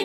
イ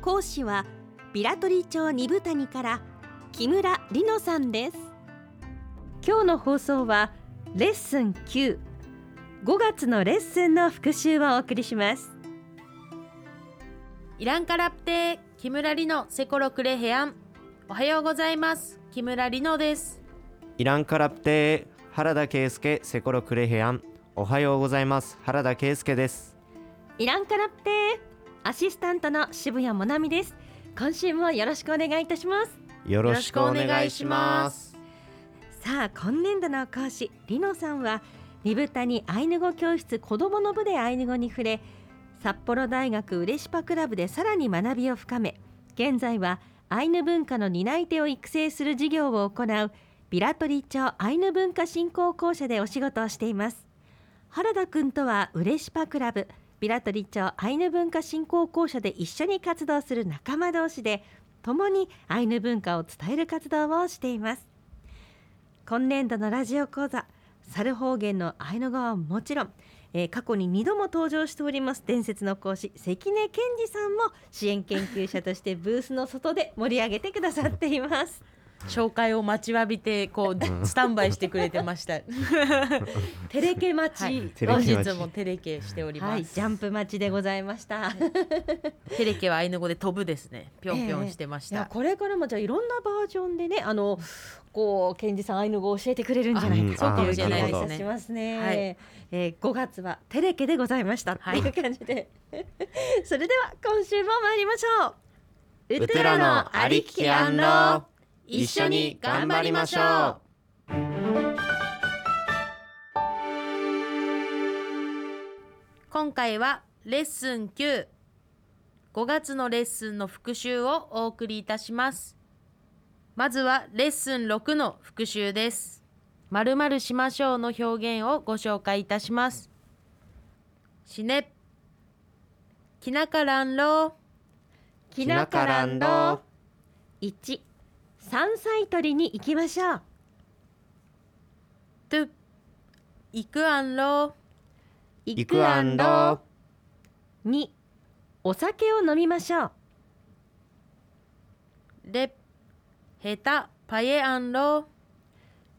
講師はビラトリ町二部谷から木村里乃さんです今日の放送はレッスン95月のレッスンの復習をお送りしますイランカラプテ木村里のセコロクレヘアンおはようございます木村里乃ですイランカラプテー原田圭介セコロクレヘアンおはようございます原田圭介ですイランカラプテアシスタントの渋谷もなみです今週もよろしくお願いいたしますよろろししくくおお願願いいししまますさあ今年度の講師りのさんはリブタにアイヌ語教室子どもの部でアイヌ語に触れ札幌大学ウレシパクラブでさらに学びを深め現在はアイヌ文化の担い手を育成する事業を行うビラトリ町アイヌ文化振興公社でお仕事をしています原田くんとはウレシパクラブビラトリ町アイヌ文化振興公社で一緒に活動する仲間同士で共にアイヌ文化を伝える活動をしています今年度のラジオ講座猿方言のアイヌ語はもちろん、えー過去に2度も登場しております伝説の講師関根健二さんも支援研究者としてブースの外で盛り上げてくださってい ます紹介を待ちわびてこうスタンバイしてくれてましたテレケ待ち、ははい い、テレ本ケ日待ちもテレケしております、ジャンプ待ちでございました、テレケはアイヌ語で飛ぶですねぴょんぴょんしてましいやた、これからもじゃあいろんなバージョンでねあのこう健二さんアイヌ語を教えてくれるんじゃないかあといううん期待いあたーしますね。なるほどえー、5月はテレケでございましたってはいいう感じで、 それでは今週も参りましょう。ウテラのありきやんろ一緒に頑張りましょ今回はレッスン95月のレッスンの復習をお送りいたしますまずはレッスン6の復習です〇〇しましょうの表現をご紹介いたしますしねきなからんろきなからんど1山菜採りに行きましょう。といくあんろいくあんろ2お酒を飲みましょう。れへたぱえあんろ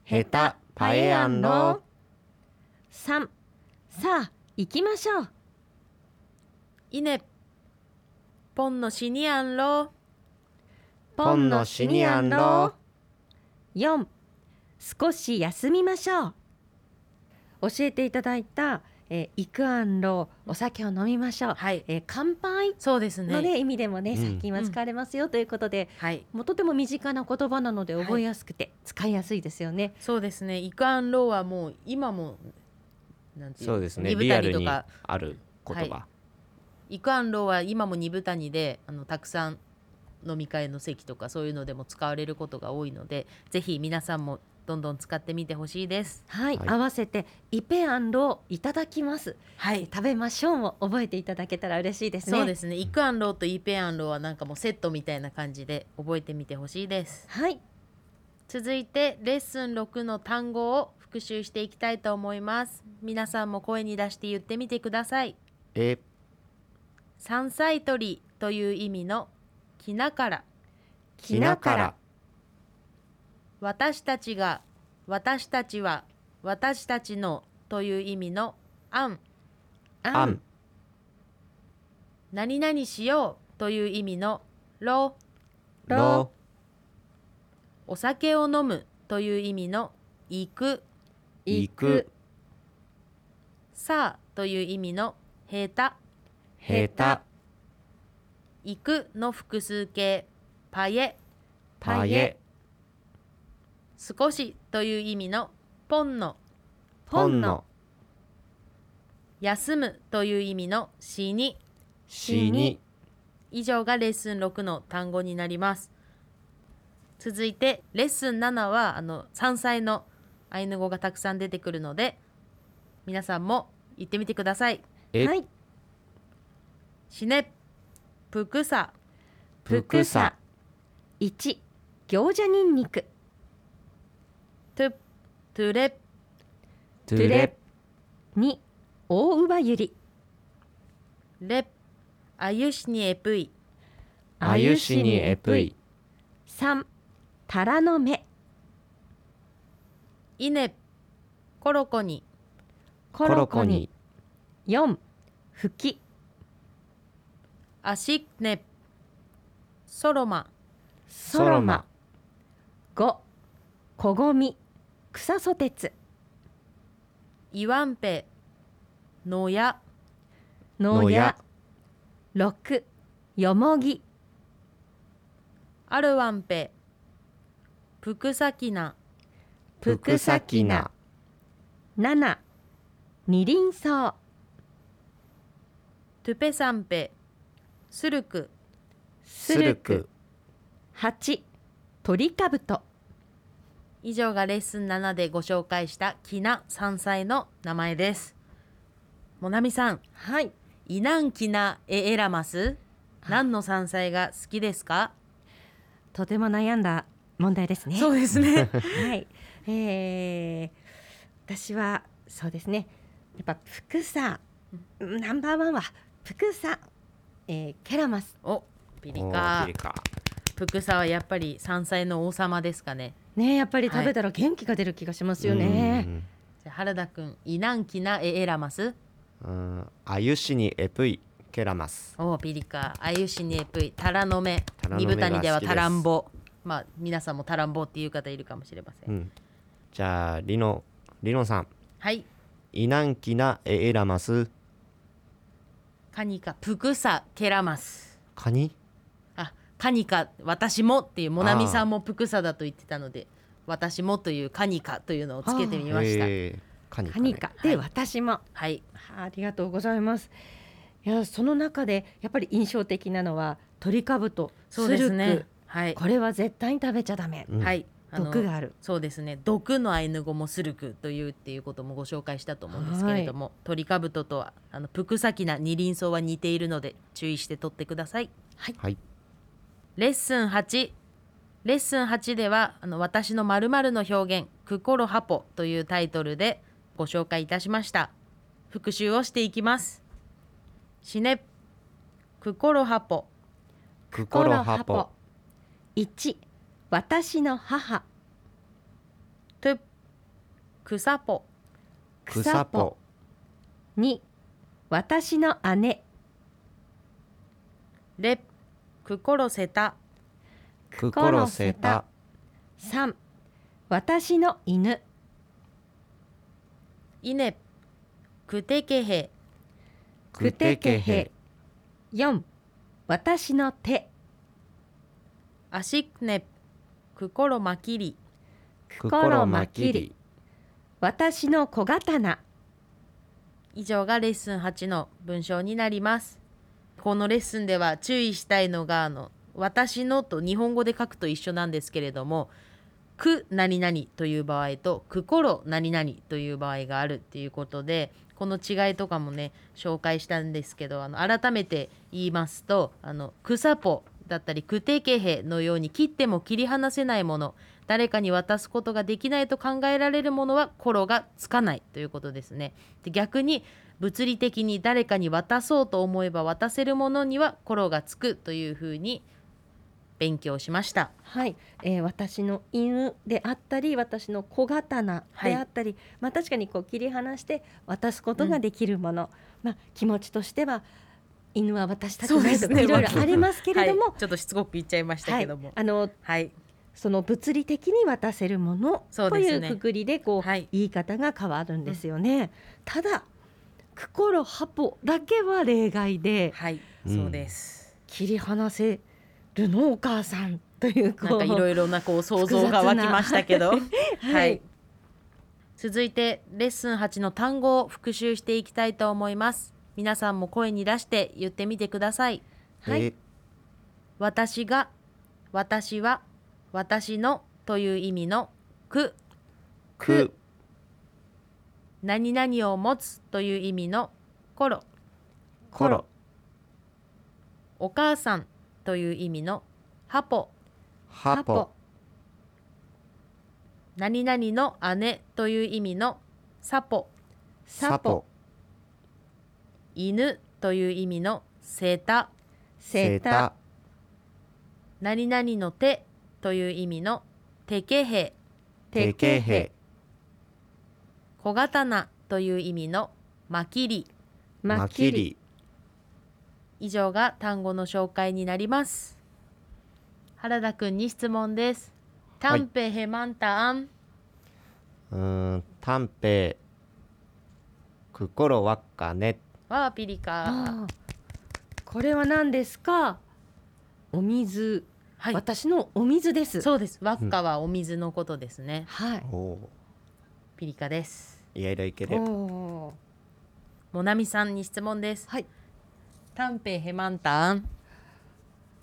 ヘタパエアンロ3さあ行きましょう。いねぽんのしにあんろポンのシニアンロ4少し休みましょう教えていただいた「えー、イクアンロお酒を飲みましょう」はいえー乾杯そうですねの、ね意味でもね、うん最近は使われますよということで、はいもうとても身近な言葉なのではい覚えやすくて使いやすいですよね。そうですね。イクアンローはもう今もなんていうそうですね二部リア谷ルとにあかる言葉イクアンローは今も二部谷であのたくさん飲み会の席とかそういうのでも使われることが多いので、ぜひ皆さんもどんどん使ってみてほしいです。はい、はい合わせて「イペアンロいただきます」はえー。食べましょう」も覚えていただけたら嬉しいですね。そうですね。イクアンローとイペアンローはなんかもうセットみたいな感じで覚えてみてほしいです。はい、続いてレッスン6の単語を復習していきたいと思います。皆さんも声に出して言ってみてください。え山菜採りという意味のきなからきなから私たちが私たちは私たちのという意味のあんあん何々しようという意味のろろお酒を飲むという意味の行くいくさあという意味のへたヘタ行くの複数形パエパエ少しという意味のポンのポンの休むという意味のしにシに以上がレッスン6の単語になります続いてレッスン7はあの山菜のアイヌ語がたくさん出てくるので皆さんも言ってみてくださいえはいシネプクサぷくさ1餃子ニンニクトゥトゥレトゥレ2大ウバユリレアユシニエプイあゆしにえぷい3タラの芽イネコロコニココロロココにに4吹きアシネソロマソロマ5こごみ草ソテツイワンペノヤののやや6よもぎアルワンペプクサキナぷくさきな7二輪草トゥペサンペスルクスするく8鳥かぶと以上がレッスン7でご紹介したキナ山菜の名前ですもなみさんはいイナンキナエエラマス何の山菜が好きですかとても悩んだ問題ですねうですね はい、えー、私はそうですねやっぱ福さナンバーワンは福さ、えー、ケラマス おピリおーカピリカプクサはやっぱり山菜の王様ですかねねやっぱり食べたら元気が出る気がしますようね、んじゃあ原田くんイナンキナエエラマスうんあゆしにえぷいケラマスおピリカアユシニエプイタラの芽タラの二芽豚にではが好きですタランボまあ皆さんもタランボっていう方いるかもしれません、うんじゃあリノリノさんはいイナンキナエエラマスカニカプクサケラマスカニあカニカ私もっていうモナミさんもプクサだと言ってたので私もというカニカというのをつけてみましたえーカニカニカで、はい私もはいありがとうございますいやその中でやっぱり印象的なのは鳥かぶとそスうでルすク、ねはい、これは絶対に食べちゃダメ、うんはいあの毒があるそうですね毒のアイヌ語もスルクというっていうこともご紹介したと思うんですけれども、トリカブトとはあのプクサキナ二輪草は似ているので注意して取ってくださいはいレッスン8レッスン8ではあの私の〇〇の表現クコロハポというタイトルでご紹介いたしました復習をしていきますシネクコロハポクコロハポ1私の母トゥクサポクサポ2私の姉レクコロセタクコロセタ3私の犬イネクテケヘクテクテケヘケヘ4私の手アシクネクコロマキリクコロマキリ私の小刀以上がレッスン8の文章になりますこのレッスンでは注意したいのがあの私のと日本語で書くと一緒なんですけれどもく何々という場合とくころ何々という場合があるっていうことでこの違いとかもね紹介したんですけどあの改めて言いますとあの草ぽだったりくてけへのように切っても切り離せないもの誰かに渡すことができないと考えられるものはコロがつかないということですね。で逆に物理的に誰かに渡そうと思えば渡せるものにはコロがつくというふうに勉強しました。はい、えー、私の犬であったり私の小刀であったり、まあ確かにこう切り離して渡すことができるもの、まあ気持ちとしては犬は渡したくないそうとかですねいろいろありますけれどはもい、ちょっとしつこく言っちゃいましたはいけども。あのはい、その物理的に渡せるものそうとでいすうねくくりでこうはい言い方が変わるんですよね。ただクコロハポだけは例外ではい、うんそうです。切り離せるのお母さんというこなんかいろいろなこう想像が湧きましたけど、う はい、続いてレッスン8の単語を復習していきたいと思います。皆さんも声に出して言ってみてください。はいえ私が、私は、私のという意味のく、く何々を持つという意味のころ、ころお母さんという意味のハポ、はぽ何々の姉という意味のサポ、さぽ犬という意味のセタ、セタ何々の手という意味のテケヘ、てけへ小刀という意味のマキリ。ままききりり以上が単語の紹介になります原田くんに質問ですタはいンペヘマンタアン、うーんたんぺいくころわっかねワーピリカあーこれは何ですかお水、はい私のお水ですそうですワッカはお水のことですね、はいおおピリカですいやいろいけおるーモナミさんに質問ですはいタンペヘマンタアン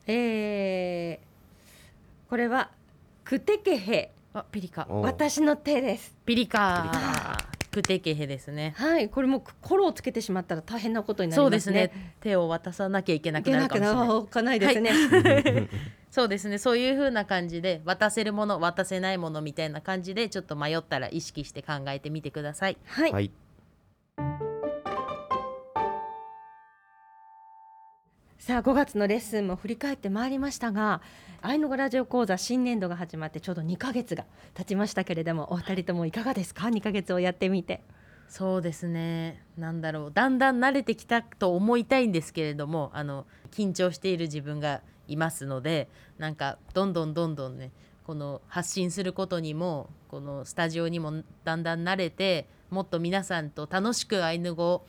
えー、これはクテケヘあピリカおう私の手ですピリカピリクテケヘですねはいこれもうコロをつけてしまったら大変なことになりそますうねですね手を渡さなきゃいけなく出なるなかくもしれないなおかないですね、そうですねそういう風な感じで渡せるもの渡せないものみたいな感じでちょっと迷ったら意識して考えてみてくださいはい、はいさあ5月のレッスンも振り返ってまいりましたが愛の子ラジオ講座新年度が始まってちょうど2ヶ月が経ちましたけれどもお二人ともいかがですか2ヶ月をやってみてそうですねなんだろうだんだん慣れてきたと思いたいんですけれどもあの緊張している自分がいますのでなんかどんどんどんどんねこの発信することにもこのスタジオにもだんだん慣れてもっと皆さんと楽しくアイヌ語を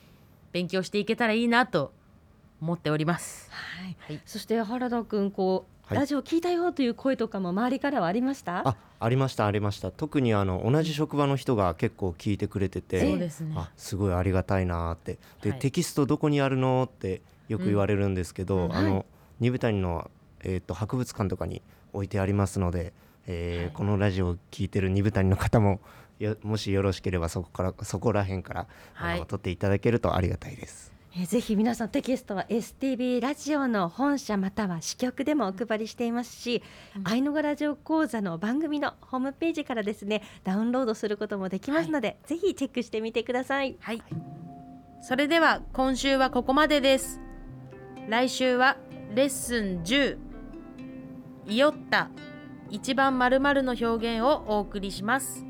勉強していけたらいいなと思っております。はい、はいそして原田君こう、はいラジオ聞いたよという声とかも周りからはありましたあありましたありました特にあの同じ職場の人が結構聞いてくれててそうですねあすごいありがたいなーってで、はいテキストどこにあるのってよく言われるんですけど、うんあはの二部谷の、えー、と博物館とかに置いてありますので、えーはいこのラジオを聞いてる二部谷の方もよもしよろしければそこからそこら辺から、はあいの撮っていただけるとありがたいです。えーぜひ皆さんテキストは STB ラジオの本社または支局でもお配りしていますし、うん愛のがラジオ講座の番組のホームページからですねダウンロードすることもできますので、ぜひチェックしてみてくださいはい。それでは今週はここまでです。来週はレッスン10イオッタ一番まるまるの表現をお送りします。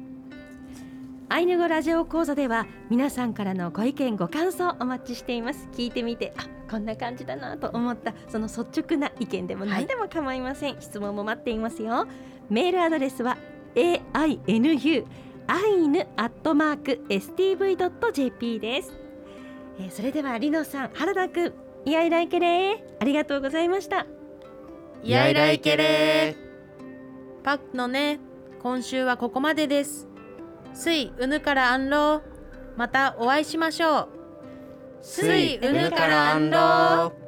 アイヌ語ラジオ講座では皆さんからのご意見ご感想お待ちしています聞いてみてあこんな感じだなと思ったその率直な意見でもはい何でも構いません、質問も待っていますよメールアドレスは ainu アイヌアットマーク stv.jp です、えーそれではリノさん原田くんイヤイライケレーありがとうございましたイヤイライケレーパックのね今週はここまでです。スイウヌからアンローまたお会いしましょう。スイうぬうぬからあんろー